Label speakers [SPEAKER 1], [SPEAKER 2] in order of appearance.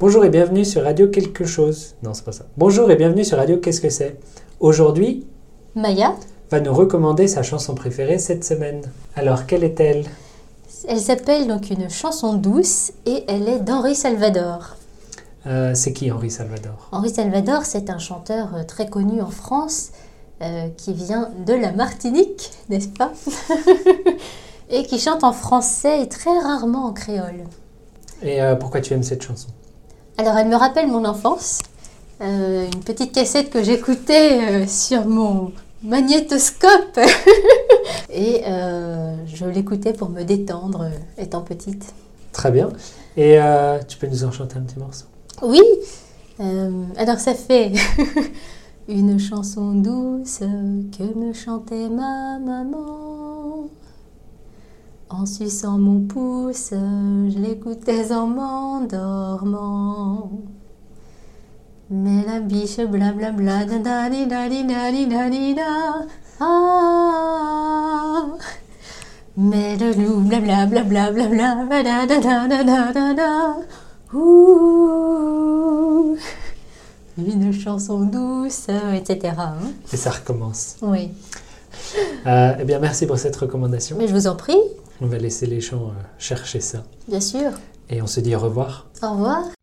[SPEAKER 1] Bonjour et bienvenue sur Radio Quelque chose. Non, c'est pas ça. Bonjour et bienvenue sur Radio Qu'est-ce que c'est Aujourd'hui,
[SPEAKER 2] Maya,
[SPEAKER 1] va nous recommander sa chanson préférée cette semaine. Alors, quelle est-elle
[SPEAKER 2] elle s'appelle donc une chanson douce et elle est d'Henri Salvador.
[SPEAKER 1] Euh, C'est qui Henri Salvador
[SPEAKER 2] Henri Salvador, c'est un chanteur euh, très connu en France euh, qui vient de la Martinique, n'est-ce pas Et qui chante en français et très rarement en créole.
[SPEAKER 1] Et euh, pourquoi tu aimes cette chanson
[SPEAKER 2] Alors, elle me rappelle mon enfance. Euh, une petite cassette que j'écoutais euh, sur mon magnétoscope. Et euh, je l'écoutais pour me détendre euh, étant petite.
[SPEAKER 1] Très bien. Et euh, tu peux nous en chanter un petit morceau
[SPEAKER 2] Oui Euh, Alors ça fait une chanson douce que me chantait ma maman. En suçant mon pouce, je l'écoutais en m'endormant. Mais la biche blablabla da da di da di da di da di da ah. Mais le loup blabla blabla blabla ba da da da da da da da Ouh, une chanson douce, euh, etc. hein.
[SPEAKER 1] Et ça recommence.
[SPEAKER 2] Oui.
[SPEAKER 1] Euh, eh bien, merci pour cette recommandation.
[SPEAKER 2] Mais je vous en prie,
[SPEAKER 1] On va laisser les gens euh, chercher ça.
[SPEAKER 2] bien sûr.
[SPEAKER 1] Et on se dit au revoir.
[SPEAKER 2] Au revoir.